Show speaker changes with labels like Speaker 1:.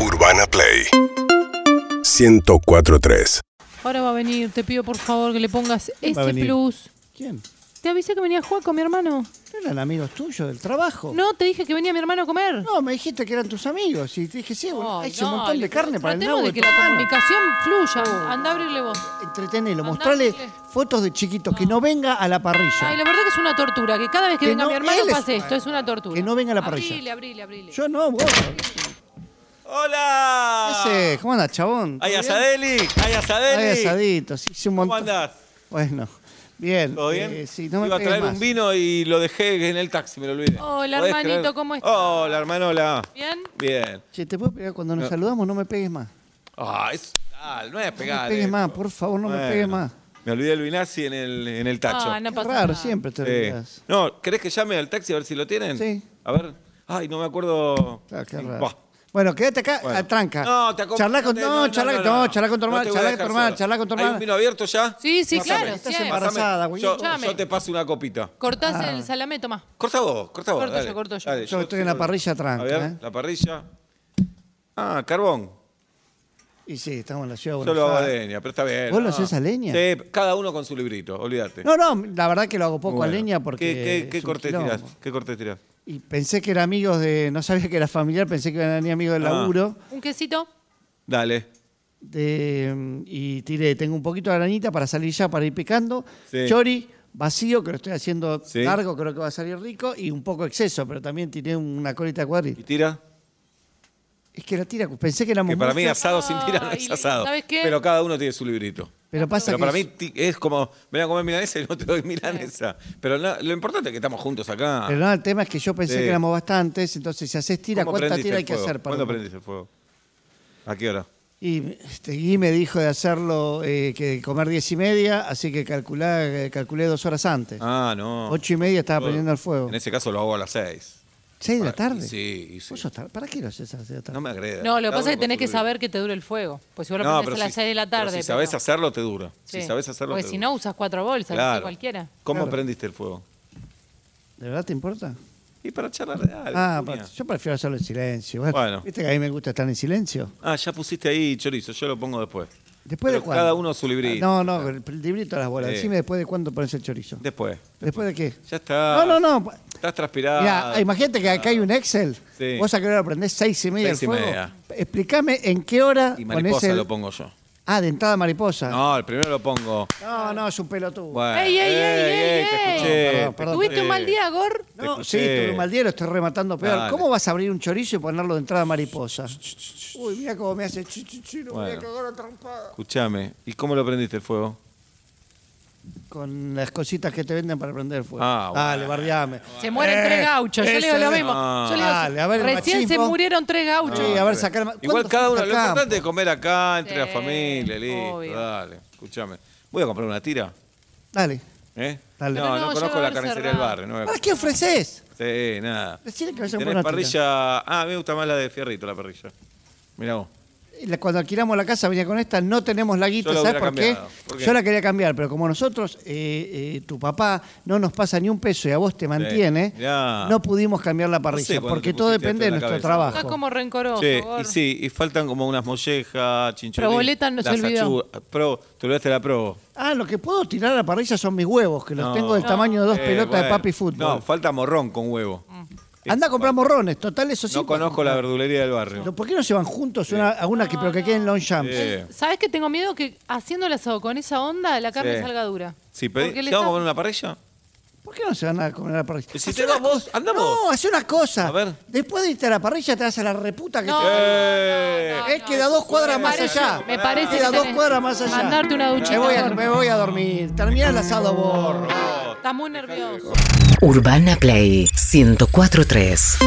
Speaker 1: Urbana Play 104.3
Speaker 2: Ahora va a venir, te pido por favor que le pongas
Speaker 3: ¿Quién va a
Speaker 2: ese
Speaker 3: venir?
Speaker 2: plus.
Speaker 3: ¿Quién?
Speaker 2: Te avisé que venía Juaco, mi hermano.
Speaker 3: ¿No eran amigos tuyos del trabajo?
Speaker 2: No, te dije que venía mi hermano a comer.
Speaker 3: No, me dijiste que eran tus amigos. Y te dije, sí, bueno,
Speaker 2: Ay,
Speaker 3: hay un montón
Speaker 2: dale,
Speaker 3: de carne para el
Speaker 2: tratemos
Speaker 3: nabo
Speaker 2: de
Speaker 3: de
Speaker 2: que
Speaker 3: tu
Speaker 2: la
Speaker 3: hermano. Oh.
Speaker 2: comunicación fluya. Anda a abrirle vos.
Speaker 3: Entretenelo,
Speaker 2: Andá,
Speaker 3: mostrale
Speaker 2: dile.
Speaker 3: fotos de chiquitos, que no venga a la parrilla.
Speaker 2: Ay, la verdad que es una tortura, que cada vez que,
Speaker 3: Que
Speaker 2: venga
Speaker 3: no,
Speaker 2: mi hermano
Speaker 3: él es-
Speaker 2: pase esto, es una tortura.
Speaker 3: que no venga a la parrilla.
Speaker 2: Abrile, abrile, abrile.
Speaker 3: Yo no, vos.
Speaker 4: ¡Hola!
Speaker 3: Ese, ¿Cómo andas, chabón?
Speaker 4: Ah. ¡Ay,
Speaker 3: ¿Todo bien?
Speaker 4: Asadeli! ¡Ay, Asadeli!
Speaker 3: Ay, asadito, sí, sí, un montón.
Speaker 4: ¿Cómo andás?
Speaker 3: Bueno, bien.
Speaker 4: ¿Todo bien?
Speaker 3: eh, sí, no me
Speaker 4: Iba a
Speaker 3: pegues
Speaker 4: traer
Speaker 3: más.
Speaker 4: un vino y lo dejé en el taxi, me lo olvidé.
Speaker 2: Hola,
Speaker 4: ¿Podés
Speaker 2: hermanito, ¿cómo estás?
Speaker 4: Hola, hermano, hola.
Speaker 2: ¿Bien?
Speaker 4: Bien.
Speaker 3: Che, te puedo pegar cuando nos
Speaker 4: No.
Speaker 3: saludamos, no me pegues más.
Speaker 4: Ah, es... ah, no es pegar.
Speaker 3: no me pegues
Speaker 4: eh.
Speaker 3: más, por favor, no me
Speaker 4: Bueno,
Speaker 3: pegues más.
Speaker 4: Me olvidé el vinazzi en el, en el tacho.
Speaker 2: Ah, no
Speaker 3: Qué
Speaker 2: pasa
Speaker 3: raro,
Speaker 2: nada.
Speaker 3: siempre te
Speaker 4: Sí.
Speaker 3: olvidás.
Speaker 4: No, ¿querés que llame al taxi a ver si lo tienen?
Speaker 3: Sí.
Speaker 4: A ver. Ay, no me acuerdo.
Speaker 3: Claro, qué raro.
Speaker 4: Buah.
Speaker 3: Bueno, quédate acá,
Speaker 4: Bueno.
Speaker 3: a tranca.
Speaker 4: No, te acom-
Speaker 3: Charlá con,
Speaker 4: te-
Speaker 3: no, charlá, no, charlá con tu
Speaker 4: No
Speaker 3: hermana,
Speaker 4: te voy a
Speaker 3: charlá con tu
Speaker 4: dejar
Speaker 3: hermana,
Speaker 4: solo.
Speaker 3: charlá con tu
Speaker 4: ¿Hay un
Speaker 3: hermana.
Speaker 4: vino abierto ya?
Speaker 2: Sí, sí,
Speaker 4: Pásame.
Speaker 2: claro,
Speaker 3: Estás
Speaker 2: siempre.
Speaker 4: Pásame.
Speaker 3: embarazada, Ah. güey.
Speaker 4: Yo,
Speaker 2: Escuchame.
Speaker 4: yo te paso una copita.
Speaker 2: Cortás el salamé, tomá.
Speaker 4: Corta vos, corta vos.
Speaker 2: Corto
Speaker 4: dale,
Speaker 2: yo, corto yo.
Speaker 4: dale,
Speaker 3: Yo estoy en la parrilla tranca,
Speaker 4: A ver,
Speaker 3: ¿eh?
Speaker 4: la parrilla. Ah, carbón.
Speaker 3: Y sí, estamos en la ciudad de
Speaker 4: Yo
Speaker 3: Buenos
Speaker 4: lo hago a
Speaker 3: Aires.
Speaker 4: leña, pero está bien.
Speaker 3: ¿Vos lo
Speaker 4: ah.
Speaker 3: hacés a leña?
Speaker 4: Sí, cada uno con su librito, olvídate.
Speaker 3: No, no, la verdad que lo hago poco
Speaker 4: Bueno,
Speaker 3: a leña porque.
Speaker 4: ¿Qué, qué,
Speaker 3: es
Speaker 4: qué
Speaker 3: un
Speaker 4: cortes
Speaker 3: quilombo.
Speaker 4: tirás? ¿Qué cortes tirás?
Speaker 3: Y pensé que era amigos de. No sabía que era familiar, pensé que eran amigos del
Speaker 4: Ah.
Speaker 3: laburo.
Speaker 2: Un quesito.
Speaker 4: Dale.
Speaker 3: de- mm, y tiré, tengo un poquito de arañita para salir ya, para ir picando.
Speaker 4: Sí.
Speaker 3: Chori, vacío, que lo estoy haciendo
Speaker 4: Sí.
Speaker 3: largo, creo que va a salir rico. Y un poco exceso, pero también tiré una colita de
Speaker 4: ¿Y
Speaker 3: cuadril.
Speaker 4: tira?
Speaker 3: Es que la tira, pensé que éramos.
Speaker 4: Que para mí
Speaker 3: muchos,
Speaker 4: asado sin tira no
Speaker 2: Ay,
Speaker 4: es asado.
Speaker 2: ¿sabes qué?
Speaker 4: Pero cada uno tiene su librito.
Speaker 3: Pero pasa
Speaker 4: Pero
Speaker 3: que.
Speaker 4: para
Speaker 3: es-
Speaker 4: mí ti- es como, ven a comer milanesa y no te doy milanesa. Pero no, lo importante es que estamos juntos acá.
Speaker 3: Pero no, el tema es que yo pensé
Speaker 4: Ah. Sí.
Speaker 3: que éramos bastantes, entonces si haces tira,
Speaker 4: ¿Cómo
Speaker 3: ¿cuánta
Speaker 4: prendiste
Speaker 3: tira
Speaker 4: el
Speaker 3: hay que
Speaker 4: fuego?
Speaker 3: hacer? para
Speaker 4: ¿Cuándo
Speaker 3: un-
Speaker 4: prendiste el fuego? ¿A qué hora?
Speaker 3: Y este, Gui me dijo de hacerlo, eh, que de comer diez y media, así que calculá, eh, calculé dos horas antes.
Speaker 4: Ah, no.
Speaker 3: Ocho y media estaba prendiendo el fuego.
Speaker 4: En ese caso lo hago a las seis.
Speaker 3: ¿Seis de la
Speaker 4: Ah,
Speaker 3: tarde?
Speaker 4: y sí, y sí.
Speaker 3: Vos sos tar- ¿Para qué lo haces a las seis de la tarde?
Speaker 4: No me agredas.
Speaker 2: No, lo que pasa es que tenés que saber que te dure el fuego. Pues si vos lo
Speaker 4: No,
Speaker 2: prendés
Speaker 4: pero
Speaker 2: a las
Speaker 4: si-
Speaker 2: 6 de la
Speaker 4: pero
Speaker 2: tarde.
Speaker 4: Si sabés
Speaker 2: pero-
Speaker 4: hacerlo, te dura. Si
Speaker 2: Sí.
Speaker 4: sabés hacerlo,
Speaker 2: Porque
Speaker 4: te
Speaker 2: si
Speaker 4: dura.
Speaker 2: no usas cuatro bolsas, no sé,
Speaker 4: Claro.
Speaker 2: cualquiera.
Speaker 4: ¿Cómo
Speaker 3: Claro.
Speaker 4: prendiste el fuego?
Speaker 3: ¿De verdad te importa?
Speaker 4: Y para charlar dale,
Speaker 3: ah,
Speaker 4: cuña.
Speaker 3: pa- yo prefiero hacerlo en silencio. Bueno,
Speaker 4: Bueno.
Speaker 3: Viste que a mí me gusta estar en silencio.
Speaker 4: Ah, ya pusiste ahí chorizo, yo lo pongo después.
Speaker 3: ¿Después
Speaker 4: Pero
Speaker 3: de cuándo?
Speaker 4: cada uno su librito.
Speaker 3: Ah, no, no, el el librito a las bolas.
Speaker 4: Sí.
Speaker 3: Decime después de cuándo pones el chorizo.
Speaker 4: Después.
Speaker 3: ¿Después de qué?
Speaker 4: Ya está.
Speaker 3: No, no, no.
Speaker 4: Estás transpirado.
Speaker 3: Mira, ah, imagínate que acá hay un Excel.
Speaker 4: Sí.
Speaker 3: Vos a qué hora lo prendés seis y media
Speaker 4: Seis
Speaker 3: el
Speaker 4: y
Speaker 3: fuego.
Speaker 4: media.
Speaker 3: Explícame en qué hora
Speaker 4: Y
Speaker 3: ponés
Speaker 4: mariposa
Speaker 3: el...
Speaker 4: lo pongo yo.
Speaker 3: Ah, de entrada mariposa.
Speaker 4: No, el primero lo pongo.
Speaker 3: no, no, es un pelotudo.
Speaker 4: Bueno,
Speaker 2: Ey, ey, ey, ey,
Speaker 4: Ah, te
Speaker 2: ey.
Speaker 4: escuché,
Speaker 3: Perdón,
Speaker 4: te
Speaker 3: perdón.
Speaker 4: escuché.
Speaker 2: ¿Tuviste un mal día, Gor?
Speaker 4: Te
Speaker 3: No, sí,
Speaker 4: escuché.
Speaker 3: tuve un mal día, lo estoy rematando peor.
Speaker 4: Dale.
Speaker 3: ¿Cómo vas a abrir un chorizo y ponerlo de entrada mariposa? Uy, mira cómo me hace chi, chi, chi, no me voy a
Speaker 4: Bueno.
Speaker 3: cagar a trompada.
Speaker 4: Escuchame, ¿y cómo lo prendiste el fuego?
Speaker 3: Con las cositas que te venden para prender fuego.
Speaker 4: Ah, bueno.
Speaker 3: Dale, bardeame.
Speaker 2: Se mueren
Speaker 3: Eh,
Speaker 2: tres gauchos. Yo le digo
Speaker 3: eso
Speaker 2: lo
Speaker 3: es.
Speaker 2: mismo.
Speaker 4: Ah.
Speaker 2: Yo le digo,
Speaker 3: Dale, a ver, el
Speaker 2: recién se
Speaker 3: machismo.
Speaker 2: murieron tres gauchos.
Speaker 3: Sí, a ver, sacar...
Speaker 4: Igual
Speaker 3: ¿cuándo
Speaker 4: cada uno,
Speaker 3: fuiste al
Speaker 4: lo
Speaker 3: campo?
Speaker 4: importante es comer acá, entre la
Speaker 2: Sí,
Speaker 4: familia, listo,
Speaker 2: obvio.
Speaker 4: dale. Escuchame, voy a comprar una tira,
Speaker 3: Dale.
Speaker 4: ¿eh?
Speaker 3: Dale.
Speaker 4: No,
Speaker 2: Pero no,
Speaker 4: no,
Speaker 2: ya va
Speaker 4: conozco
Speaker 2: a
Speaker 4: la
Speaker 2: haber
Speaker 4: carnicería del
Speaker 2: cerrado.
Speaker 4: barrio, no voy a
Speaker 3: ¿Para qué ofreces?
Speaker 4: Sí, nada.
Speaker 3: Decirle que vaya a
Speaker 4: Tenés parrilla... Ah, a mí me gusta más la de fierrito, la parrilla. Mirá vos.
Speaker 3: La- Cuando alquilamos la casa, venía con esta, no tenemos la guita,
Speaker 4: Yo la
Speaker 3: ¿sabes
Speaker 4: hubiera
Speaker 3: por qué?
Speaker 4: cambiado. ¿Por qué?
Speaker 3: Yo la quería cambiar, pero como nosotros, eh, eh, tu papá no nos pasa ni un peso y a vos te mantiene,
Speaker 4: mirá.
Speaker 3: no pudimos cambiar la parrilla,
Speaker 4: cuándo
Speaker 3: porque
Speaker 4: te
Speaker 3: todo
Speaker 4: pusiste
Speaker 3: depende de
Speaker 4: esto en la
Speaker 3: nuestro
Speaker 4: cabeza.
Speaker 2: Está
Speaker 3: trabajo.
Speaker 2: como rencoroso,
Speaker 4: Sí,
Speaker 2: Gor.
Speaker 4: y sí, y faltan como unas mollejas, chinchulines.
Speaker 2: Proboleta no se olvidó.
Speaker 4: Pro, te olvidaste la pro.
Speaker 3: Ah, lo que puedo tirar a la parrilla son mis huevos, que los
Speaker 4: No.
Speaker 3: tengo del tamaño de dos
Speaker 4: Eh,
Speaker 3: pelotas de
Speaker 4: bueno.
Speaker 3: papi fútbol.
Speaker 4: No, falta morrón con huevo.
Speaker 2: Mm.
Speaker 3: Anda a comprar morrones, total, eso sí.
Speaker 4: No conozco la verdulería del barrio.
Speaker 3: Pero ¿Por qué no se van juntos una- a una que, pero que queden long jumps?
Speaker 4: Eh,
Speaker 2: ¿Sabes que tengo miedo que haciendo el asado con esa onda la carne
Speaker 4: Sí.
Speaker 2: salga dura?
Speaker 4: Si pedí,
Speaker 2: Porque le
Speaker 4: ¿te vamos
Speaker 2: está-
Speaker 4: a comer una parrilla?
Speaker 3: ¿Por qué no se van a comer a la parrilla?
Speaker 4: Si
Speaker 3: Hacé
Speaker 4: te vas
Speaker 3: una co-
Speaker 4: vos, anda
Speaker 3: No,
Speaker 4: vos.
Speaker 3: hace una cosa.
Speaker 4: A ver.
Speaker 3: Después de irte a la parrilla te vas a la reputa que
Speaker 2: No,
Speaker 3: te
Speaker 2: no,
Speaker 4: Eh.
Speaker 2: no, no,
Speaker 3: Él
Speaker 2: no,
Speaker 3: queda
Speaker 2: eso
Speaker 3: dos cuadras
Speaker 2: me
Speaker 3: más
Speaker 2: parece-
Speaker 3: allá.
Speaker 2: Me parece
Speaker 3: Queda
Speaker 2: que
Speaker 3: dos
Speaker 2: tenés-
Speaker 3: cuadras más allá.
Speaker 2: Mandarte una duchita.
Speaker 3: Me voy a,
Speaker 2: Gor.
Speaker 3: me voy a dormir. Termina el asado, borro.
Speaker 2: Estás muy nervioso.
Speaker 5: Urbana Play 1043.